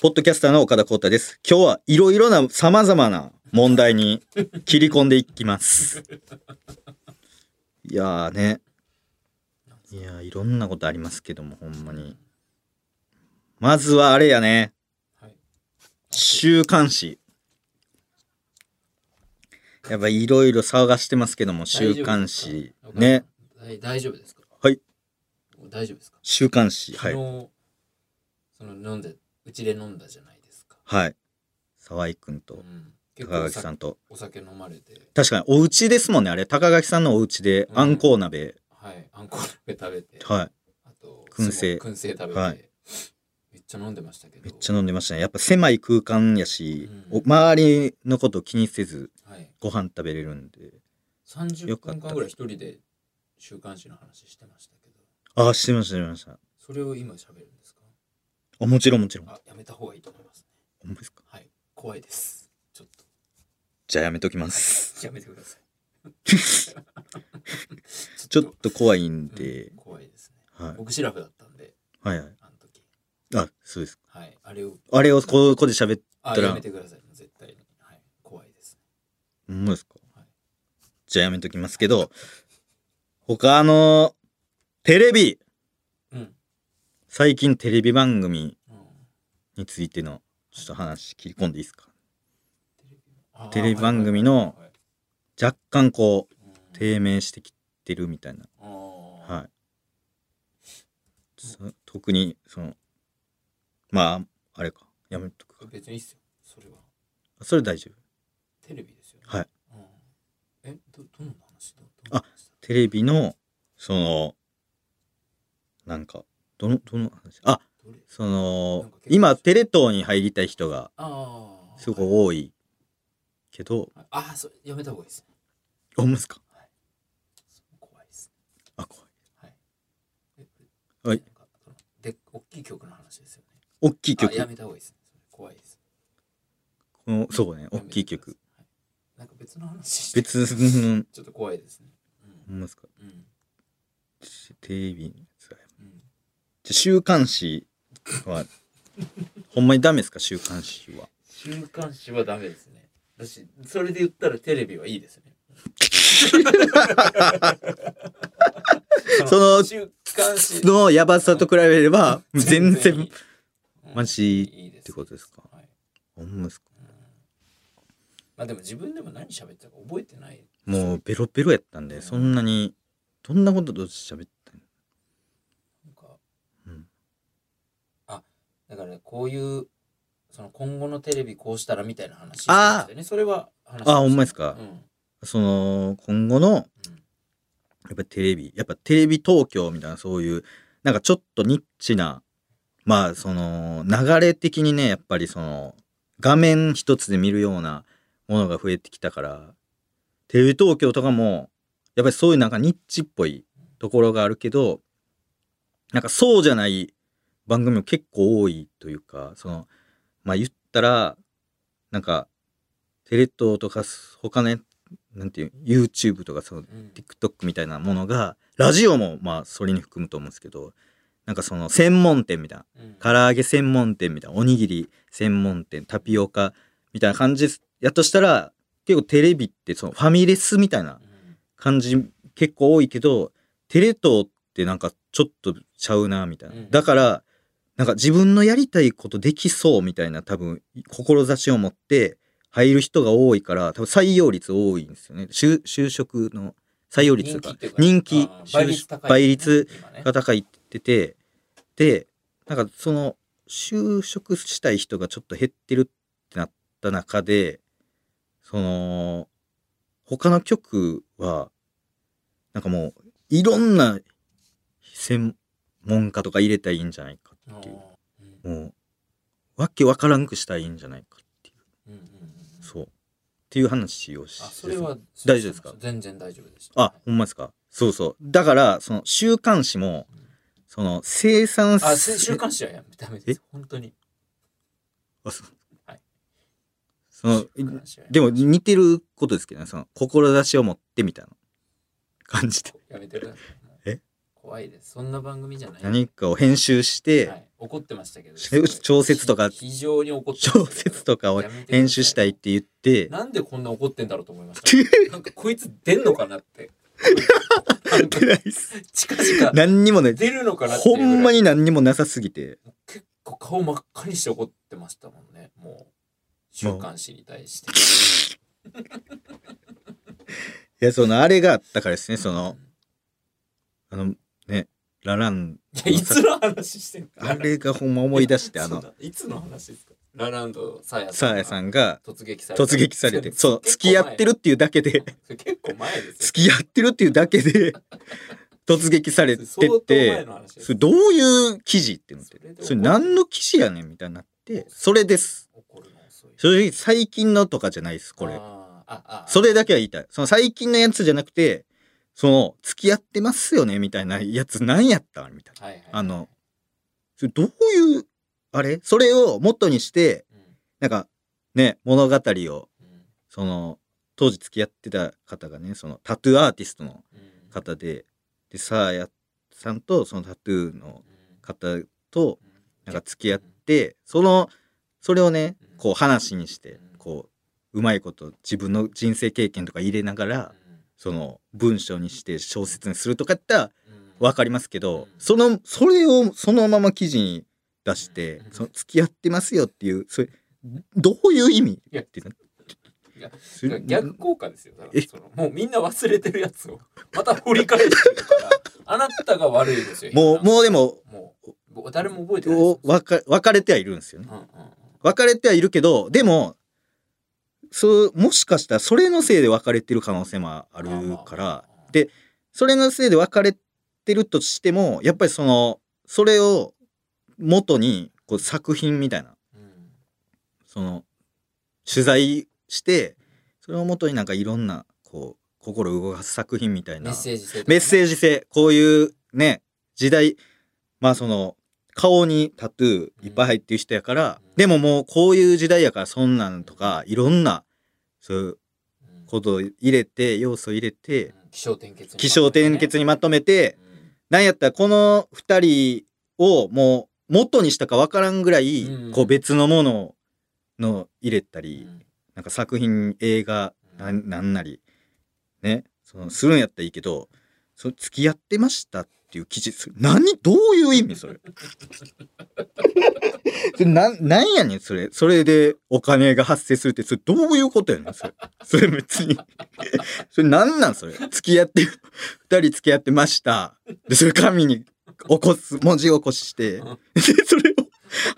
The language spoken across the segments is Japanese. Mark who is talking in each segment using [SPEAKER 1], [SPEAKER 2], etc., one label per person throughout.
[SPEAKER 1] ポッドキャスターの岡田光太です。今日はいろいろな様々な問題に切り込んでいきます。いやーね。いやーいろんなことありますけども、ほんまに。まずはあれやね。
[SPEAKER 2] はい
[SPEAKER 1] 週刊誌。やっぱいろいろ騒がしてますけども、週刊誌。ね。
[SPEAKER 2] 大大丈夫ですか
[SPEAKER 1] はい
[SPEAKER 2] 大丈夫ですか
[SPEAKER 1] 週刊誌。は
[SPEAKER 2] 昨日、
[SPEAKER 1] い。
[SPEAKER 2] その飲んでうちで飲んだじゃないですか、
[SPEAKER 1] はい。沢井くん
[SPEAKER 2] う
[SPEAKER 1] と
[SPEAKER 2] ん、結
[SPEAKER 1] 高
[SPEAKER 2] 構お
[SPEAKER 1] 垣さ
[SPEAKER 2] 酒
[SPEAKER 1] んと。
[SPEAKER 2] お酒飲まれて
[SPEAKER 1] 確かにお家ですもんねあれ高垣さんのお家で
[SPEAKER 2] うん
[SPEAKER 1] あんこう鍋、
[SPEAKER 2] はいあんこ鍋食べて、
[SPEAKER 1] はい
[SPEAKER 2] あと
[SPEAKER 1] 燻製
[SPEAKER 2] そば燻製食べて、
[SPEAKER 1] はい
[SPEAKER 2] めっちゃ飲んでましたけど
[SPEAKER 1] めっちゃ飲んでましたねやっぱ狭い空間やし、
[SPEAKER 2] う
[SPEAKER 1] お
[SPEAKER 2] ん
[SPEAKER 1] 周りのことを気にせず
[SPEAKER 2] はい、
[SPEAKER 1] ご飯食べれるんで
[SPEAKER 2] 30
[SPEAKER 1] よかった
[SPEAKER 2] 分間ぐらい一人で週刊誌の話してましたけど
[SPEAKER 1] ああしてましたしてました
[SPEAKER 2] それを今喋るんですか
[SPEAKER 1] あもちろんもちろん
[SPEAKER 2] あやめた方がいいと思いますね
[SPEAKER 1] ほんまですか
[SPEAKER 2] はい怖いですちょっ と
[SPEAKER 1] じゃあやめとき ます
[SPEAKER 2] やめてください。
[SPEAKER 1] ちょっと怖いん
[SPEAKER 2] うん
[SPEAKER 1] で、
[SPEAKER 2] 怖いですね。
[SPEAKER 1] はい、
[SPEAKER 2] 僕シラフだったんで、
[SPEAKER 1] はいはい
[SPEAKER 2] あの時。
[SPEAKER 1] あそうです
[SPEAKER 2] はい。あれを、
[SPEAKER 1] あれをここで喋って
[SPEAKER 2] あ、
[SPEAKER 1] たら
[SPEAKER 2] やめてください。絶対に。はい。怖いですね。
[SPEAKER 1] ほんまですか
[SPEAKER 2] はい
[SPEAKER 1] じゃあやめときますけど他のテレビ
[SPEAKER 2] うん。
[SPEAKER 1] 最近テレビ番組
[SPEAKER 2] うん
[SPEAKER 1] についてのちょっと話切り込んでいいですか
[SPEAKER 2] あー
[SPEAKER 1] テレビ番組の
[SPEAKER 2] はいはい
[SPEAKER 1] 若干こう
[SPEAKER 2] はいはい
[SPEAKER 1] 低迷してきてるみたいな、
[SPEAKER 2] うんあー
[SPEAKER 1] はいそ特にそのまああれかやめとくか
[SPEAKER 2] 別にいいっすよ。それは。
[SPEAKER 1] それ大丈夫
[SPEAKER 2] テレビですよね。
[SPEAKER 1] はい
[SPEAKER 2] うん。え、ど、どんな話だ
[SPEAKER 1] あ、テレビのそのなんかどのどの話あ
[SPEAKER 2] どれ
[SPEAKER 1] そ
[SPEAKER 2] なん
[SPEAKER 1] の
[SPEAKER 2] か結構
[SPEAKER 1] 今テレ東に入りたい人が
[SPEAKER 2] ああ。
[SPEAKER 1] すごい多いけど
[SPEAKER 2] はい。ああ、それやめた方がいいですね。
[SPEAKER 1] あほんまですか
[SPEAKER 2] 怖いですね。
[SPEAKER 1] あ怖い
[SPEAKER 2] はい。
[SPEAKER 1] はい
[SPEAKER 2] なんかそので、大きい曲の話ですよね。
[SPEAKER 1] 大きい
[SPEAKER 2] あや
[SPEAKER 1] 曲
[SPEAKER 2] めた方がいいですね。怖いです。
[SPEAKER 1] このそうね大
[SPEAKER 2] やめ
[SPEAKER 1] きい
[SPEAKER 2] てく
[SPEAKER 1] 曲
[SPEAKER 2] ださい。はい、なんか別の話して。
[SPEAKER 1] 別の
[SPEAKER 2] ちょっと怖いですね。
[SPEAKER 1] ほんまですか
[SPEAKER 2] うん。うん。
[SPEAKER 1] テレビのやつが
[SPEAKER 2] うん。
[SPEAKER 1] じゃあ週刊誌はほんまにダメですか週刊誌は
[SPEAKER 2] 週刊誌はダメですね。だし、それで言ったらテレビはいいですね。
[SPEAKER 1] その
[SPEAKER 2] 週刊誌
[SPEAKER 1] のやばさと比べれば全
[SPEAKER 2] いい
[SPEAKER 1] 然。
[SPEAKER 2] うん
[SPEAKER 1] マジ
[SPEAKER 2] いいで
[SPEAKER 1] ってことですか
[SPEAKER 2] はい。
[SPEAKER 1] ほんまですか
[SPEAKER 2] まあでも自分でも何喋ったか覚えてない。
[SPEAKER 1] もうベロベロやったんでそんなにどんなことどうして喋ったん
[SPEAKER 2] なんか、
[SPEAKER 1] うん
[SPEAKER 2] あだからこういうその今後のテレビこうしたらみたいな話してましたよねそれは話しました
[SPEAKER 1] あほんまですか
[SPEAKER 2] うん
[SPEAKER 1] その今後の
[SPEAKER 2] うん
[SPEAKER 1] やっぱテレビやっぱテレビ東京みたいなそういうなんかちょっとニッチなまあその流れ的にねやっぱりその画面一つで見るようなものが増えてきたからテレビ東京とかもやっぱりそういうなんかニッチっぽいところがあるけどなんかそうじゃない番組も結構多いというかそのまあ言ったらなんかテレ東とか他のやなんていう YouTube とかその
[SPEAKER 2] うん
[SPEAKER 1] TikTok みたいなものがラジオもまあそれに含むと思うんですけどなんかその専門店みたいな
[SPEAKER 2] うん
[SPEAKER 1] 唐揚げ専門店みたいなおにぎり専門店タピオカみたいな感じやとしたら結構テレビってそのファミレスみたいな
[SPEAKER 2] うん
[SPEAKER 1] 感じ結構多いけどテレ東ってなんかちょっとちゃうなみたいな、
[SPEAKER 2] うん
[SPEAKER 1] だからなんか自分のやりたいことできそうみたいな多分志を持って入る人が多いから多分採用率多いんですよね就就職の採用率が
[SPEAKER 2] 人気っていうか
[SPEAKER 1] 人気
[SPEAKER 2] あー倍率
[SPEAKER 1] 就
[SPEAKER 2] 高い
[SPEAKER 1] 倍率
[SPEAKER 2] 今ね
[SPEAKER 1] が高いって言っててでなんかその就職したい人がちょっと減ってるってなった中でその他の局はなんかもういろんな専門家とか入れたらいいんじゃないか
[SPEAKER 2] あ
[SPEAKER 1] っていう
[SPEAKER 2] ーうん
[SPEAKER 1] もうわけわからんくしたらいいんじゃないかってい
[SPEAKER 2] うんうんうん
[SPEAKER 1] うそうっていう話をし
[SPEAKER 2] あそれは
[SPEAKER 1] 大丈夫ですか
[SPEAKER 2] 全然大丈夫でした
[SPEAKER 1] あほんまですかそうそうだからその週刊誌もその生産
[SPEAKER 2] あ
[SPEAKER 1] 性
[SPEAKER 2] せ週刊誌はやめダメです本当に
[SPEAKER 1] あそう
[SPEAKER 2] はい
[SPEAKER 1] その
[SPEAKER 2] 週刊誌はやめ
[SPEAKER 1] でも似てることですけどねその志を持ってみたいな感じで
[SPEAKER 2] やめてくださいもう
[SPEAKER 1] え
[SPEAKER 2] 怖いですそんな番組じゃない
[SPEAKER 1] 何かを編集して、
[SPEAKER 2] はい怒ってましたけど
[SPEAKER 1] え 調節とか
[SPEAKER 2] 非常に怒ってま
[SPEAKER 1] 小
[SPEAKER 2] したけど
[SPEAKER 1] 説とかを
[SPEAKER 2] やめてくださ
[SPEAKER 1] 編集したいって言って、
[SPEAKER 2] なんでこんな怒ってんだろうと思い ました。なんかこいつ出んのかなって。なんか
[SPEAKER 1] 出ないっ す。
[SPEAKER 2] 近々
[SPEAKER 1] 何にもない。
[SPEAKER 2] 出るのかなっていう
[SPEAKER 1] ほ
[SPEAKER 2] ぐらい
[SPEAKER 1] んまに何にもなさすぎて。
[SPEAKER 2] 結構顔真っ赤にして怒ってましたもんね。もう週刊誌に対して。
[SPEAKER 1] いや、その、あれがあったからですね、そ
[SPEAKER 2] うん
[SPEAKER 1] の、あの、ね、ララン、
[SPEAKER 2] いやいつの話してんの
[SPEAKER 1] あれがほんま思い出して、あ
[SPEAKER 2] そ
[SPEAKER 1] の、
[SPEAKER 2] うだいつの話ですかラランドサーヤ
[SPEAKER 1] サーヤ
[SPEAKER 2] ん
[SPEAKER 1] さんが
[SPEAKER 2] 突撃された
[SPEAKER 1] 突撃されて、
[SPEAKER 2] そ
[SPEAKER 1] そうう、付き合ってるっていうだけで、
[SPEAKER 2] 結構前です
[SPEAKER 1] 付き合ってるっていうだけ で、突撃され
[SPEAKER 2] よ
[SPEAKER 1] てっ
[SPEAKER 2] 相当前
[SPEAKER 1] て、
[SPEAKER 2] の話です
[SPEAKER 1] それどういう記事ってなって
[SPEAKER 2] それで、
[SPEAKER 1] それ何の記事やねんみたいになって、それです。
[SPEAKER 2] 怒るの遅い
[SPEAKER 1] 正直、最近のとかじゃないです、これ。
[SPEAKER 2] あーああ
[SPEAKER 1] それだけは言いたい。その最近のやつじゃなくて、その、付き合ってますよねみたいなやつ何やったんみたいな。
[SPEAKER 2] はいはい
[SPEAKER 1] あの、それどういう、あれそれを元にして、
[SPEAKER 2] うん
[SPEAKER 1] なんか、ね、物語を、
[SPEAKER 2] うん
[SPEAKER 1] その、当時付き合ってた方がね、その、タトゥーアーティストの
[SPEAKER 2] うん
[SPEAKER 1] 方で、で、サーヤさんと、そのタトゥーの
[SPEAKER 2] うん
[SPEAKER 1] 方と、
[SPEAKER 2] うん
[SPEAKER 1] なんか付き合って、その、それをね、こう話にして
[SPEAKER 2] うん、
[SPEAKER 1] こう、うまいこと自分の人生経験とか入れながら、その文章にして小説にするとかやったら
[SPEAKER 2] うん
[SPEAKER 1] 分かりますけど、
[SPEAKER 2] うん
[SPEAKER 1] そのそれをそのまま記事に出して、
[SPEAKER 2] うん
[SPEAKER 1] その付き合ってますよっていうそれどういう意味
[SPEAKER 2] いや
[SPEAKER 1] ってなっ
[SPEAKER 2] いや
[SPEAKER 1] それ
[SPEAKER 2] 逆効果ですよだか
[SPEAKER 1] え
[SPEAKER 2] らそのもうみんな忘れてるやつをまた掘り返してるから あなたが悪いですよ
[SPEAKER 1] もうもうでも
[SPEAKER 2] うもうもう誰も覚えてない
[SPEAKER 1] お
[SPEAKER 2] ですよ
[SPEAKER 1] 分か分かれてはいるんですよね
[SPEAKER 2] うんうんうん
[SPEAKER 1] 別れてはいるけどでもそうもしかしたらそれのせいで別れてる可能性もあるから、でそれのせいで別れてるとしてもやっぱりそのそれを元にこう作品みたいな
[SPEAKER 2] うん
[SPEAKER 1] その取材してそれをもとになんかいろんなこう心動かす作品みたいな
[SPEAKER 2] メッセージ性とかね
[SPEAKER 1] メッセージ性こういうね時代まあその顔にタトゥーいっぱい入ってる人やから、
[SPEAKER 2] うん
[SPEAKER 1] でももうこういう時代やからそんなんとかいろんなそういう
[SPEAKER 2] うん
[SPEAKER 1] ことを入れて要素入れて
[SPEAKER 2] うん気象転結
[SPEAKER 1] 起承転結にまとめて
[SPEAKER 2] うん
[SPEAKER 1] なんやったらこの2人をもう元にしたか分からんぐらい
[SPEAKER 2] うん
[SPEAKER 1] こう別のものの入れた
[SPEAKER 2] う
[SPEAKER 1] り
[SPEAKER 2] ん
[SPEAKER 1] なんか作品映画な
[SPEAKER 2] うん
[SPEAKER 1] なんなりねそのするんやったらいいけどその付き合ってましたっていう記事それ何どういう意味それ それなんなんやねんそれそれでお金が発生するってそれどういうことやねんそれそれ別に それなんなんそれ付き合って二人付き合ってましたでそれ紙に起こす文字起こししてでそれを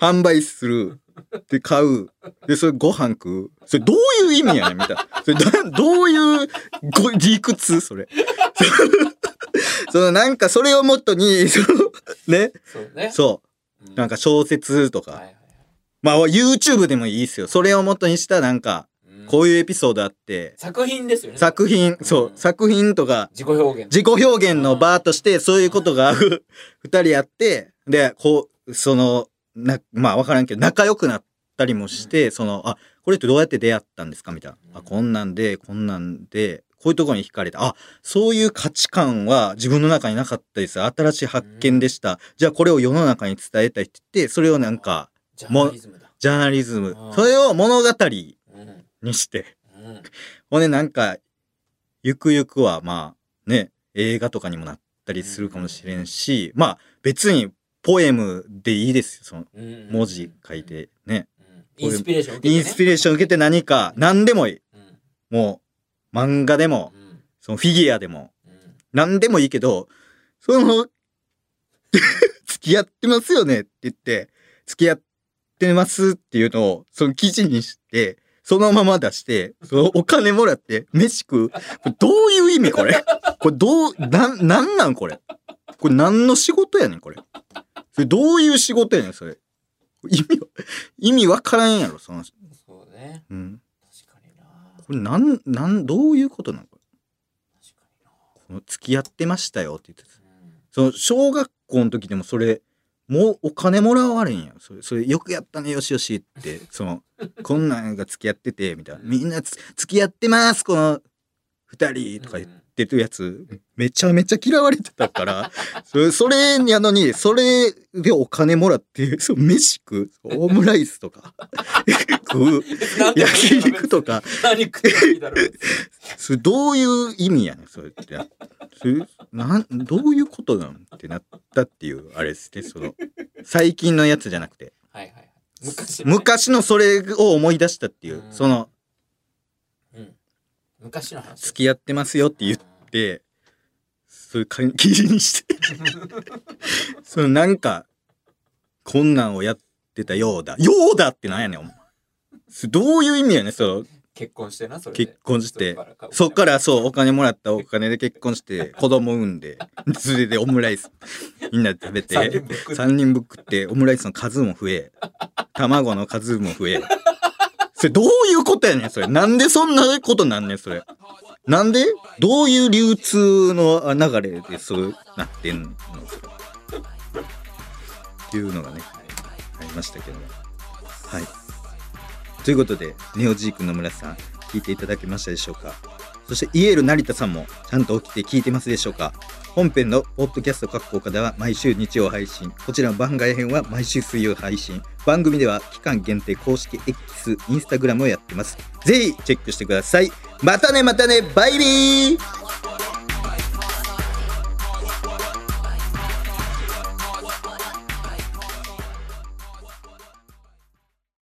[SPEAKER 1] 販売するで買うでそれご飯食うそれどういう意味やねんみたいなそれどどういうご理屈それ そのなんかそれをもとにそのね
[SPEAKER 2] そうね
[SPEAKER 1] そううなんか小説とか、
[SPEAKER 2] はいはいはい
[SPEAKER 1] まあ YouTube でもいいですよそれをもとにしたなんか
[SPEAKER 2] うん
[SPEAKER 1] こういうエピソードあって、
[SPEAKER 2] 作品ですよね
[SPEAKER 1] 作品そう、
[SPEAKER 2] うん
[SPEAKER 1] 作品とか
[SPEAKER 2] 自己表現
[SPEAKER 1] 自己表現の場としてそういうことが 二人あってでこうそのなまあ分からんけど仲良くなったりもして、そのあこれってどうやって出会ったんですかみたいな、
[SPEAKER 2] う
[SPEAKER 1] あ
[SPEAKER 2] ん
[SPEAKER 1] こんなんでこんなんでこういうところに惹かれたあそういう価値観は自分の中になかったです新しい発見でした、じゃあこれを世の中に伝えたいって言ってそれをなんか
[SPEAKER 2] ジャーナリズムだ
[SPEAKER 1] ジャーナリズム、
[SPEAKER 2] うん
[SPEAKER 1] それを物語
[SPEAKER 2] うん
[SPEAKER 1] にして
[SPEAKER 2] うん
[SPEAKER 1] ほんでなんかゆくゆくはまあね映画とかにもなったりするかもしれんし、まあ別にポエムでいいですよその
[SPEAKER 2] うんうん
[SPEAKER 1] 文字書いてね、
[SPEAKER 2] うんインスピレーション受けて
[SPEAKER 1] イ
[SPEAKER 2] ね
[SPEAKER 1] ンスピレーション受けて何か何でもいい
[SPEAKER 2] うん
[SPEAKER 1] もう漫画でも
[SPEAKER 2] うん
[SPEAKER 1] そのフィギュアでも
[SPEAKER 2] うん
[SPEAKER 1] 何でもいいけどその 付き合ってますよねって言って付き合ってますっていうのをその記事にしてそのまま出してそのお金もらって飯食うこれどういう意味これこれどうなんなんなんこれこれ何の仕事やねんこれそれどういう仕事やねんそれ意味わ意味わからんやろその、
[SPEAKER 2] そうね
[SPEAKER 1] うん、
[SPEAKER 2] 確かにな
[SPEAKER 1] これなんなんどういうことなのこれ
[SPEAKER 2] 確かにな
[SPEAKER 1] この付き合ってましたよって言ってた
[SPEAKER 2] う
[SPEAKER 1] その
[SPEAKER 2] ん
[SPEAKER 1] 小学校の時でもそれもうお金もらわれんやんそれそれよくやったねよしよしってそのこんなんが付き合っててみたいなみんなつ付き合ってますこの2人とか言っ
[SPEAKER 2] うん
[SPEAKER 1] ってるやつめちゃめちゃ嫌われてたからそそれやのにそれでお金もらってそう飯食うオムライスとか 食う
[SPEAKER 2] なんでもいい
[SPEAKER 1] 焼
[SPEAKER 2] よ
[SPEAKER 1] 肉とか
[SPEAKER 2] 何食ってもいいだろう。
[SPEAKER 1] それどういう意味やねんそれってそれなんどういうことなんってなったっていうあれですねその最近のやつじゃなくて
[SPEAKER 2] はいはいはい。昔、ね、
[SPEAKER 1] 昔のそれを思い出したっていう
[SPEAKER 2] うん
[SPEAKER 1] その
[SPEAKER 2] うん、昔の話。
[SPEAKER 1] 付き合ってますよって言ってそういう感じにしてそのなんかこんなんをやってたようだようだってなんやねんお前それどういう意味やねんその
[SPEAKER 2] 結婚してな、それで。
[SPEAKER 1] 結婚して
[SPEAKER 2] そっから
[SPEAKER 1] そっからそうお金もらったお金で結婚して子供産ん でそれでオムライスみんなで食べて
[SPEAKER 2] 三人分食って
[SPEAKER 1] 3人分食ってオムライスの数も増え卵の数も増えそれどういうことやねんそれなんでそんなことなんねんそれなんでどういう流通の流れでそうなってんのそれっていうのがねありましたけどねはいということでネオジークの村さん聞いていただけましたでしょうかそしてイエール成田さんもちゃんと起きて聞いてますでしょうか本編のポッドキャスト各校からは毎週日曜配信こちらの番外編は毎週水曜配信番組では期間限定公式 X インスタグラムをやってますぜひチェックしてくださいまたねまたねバイビー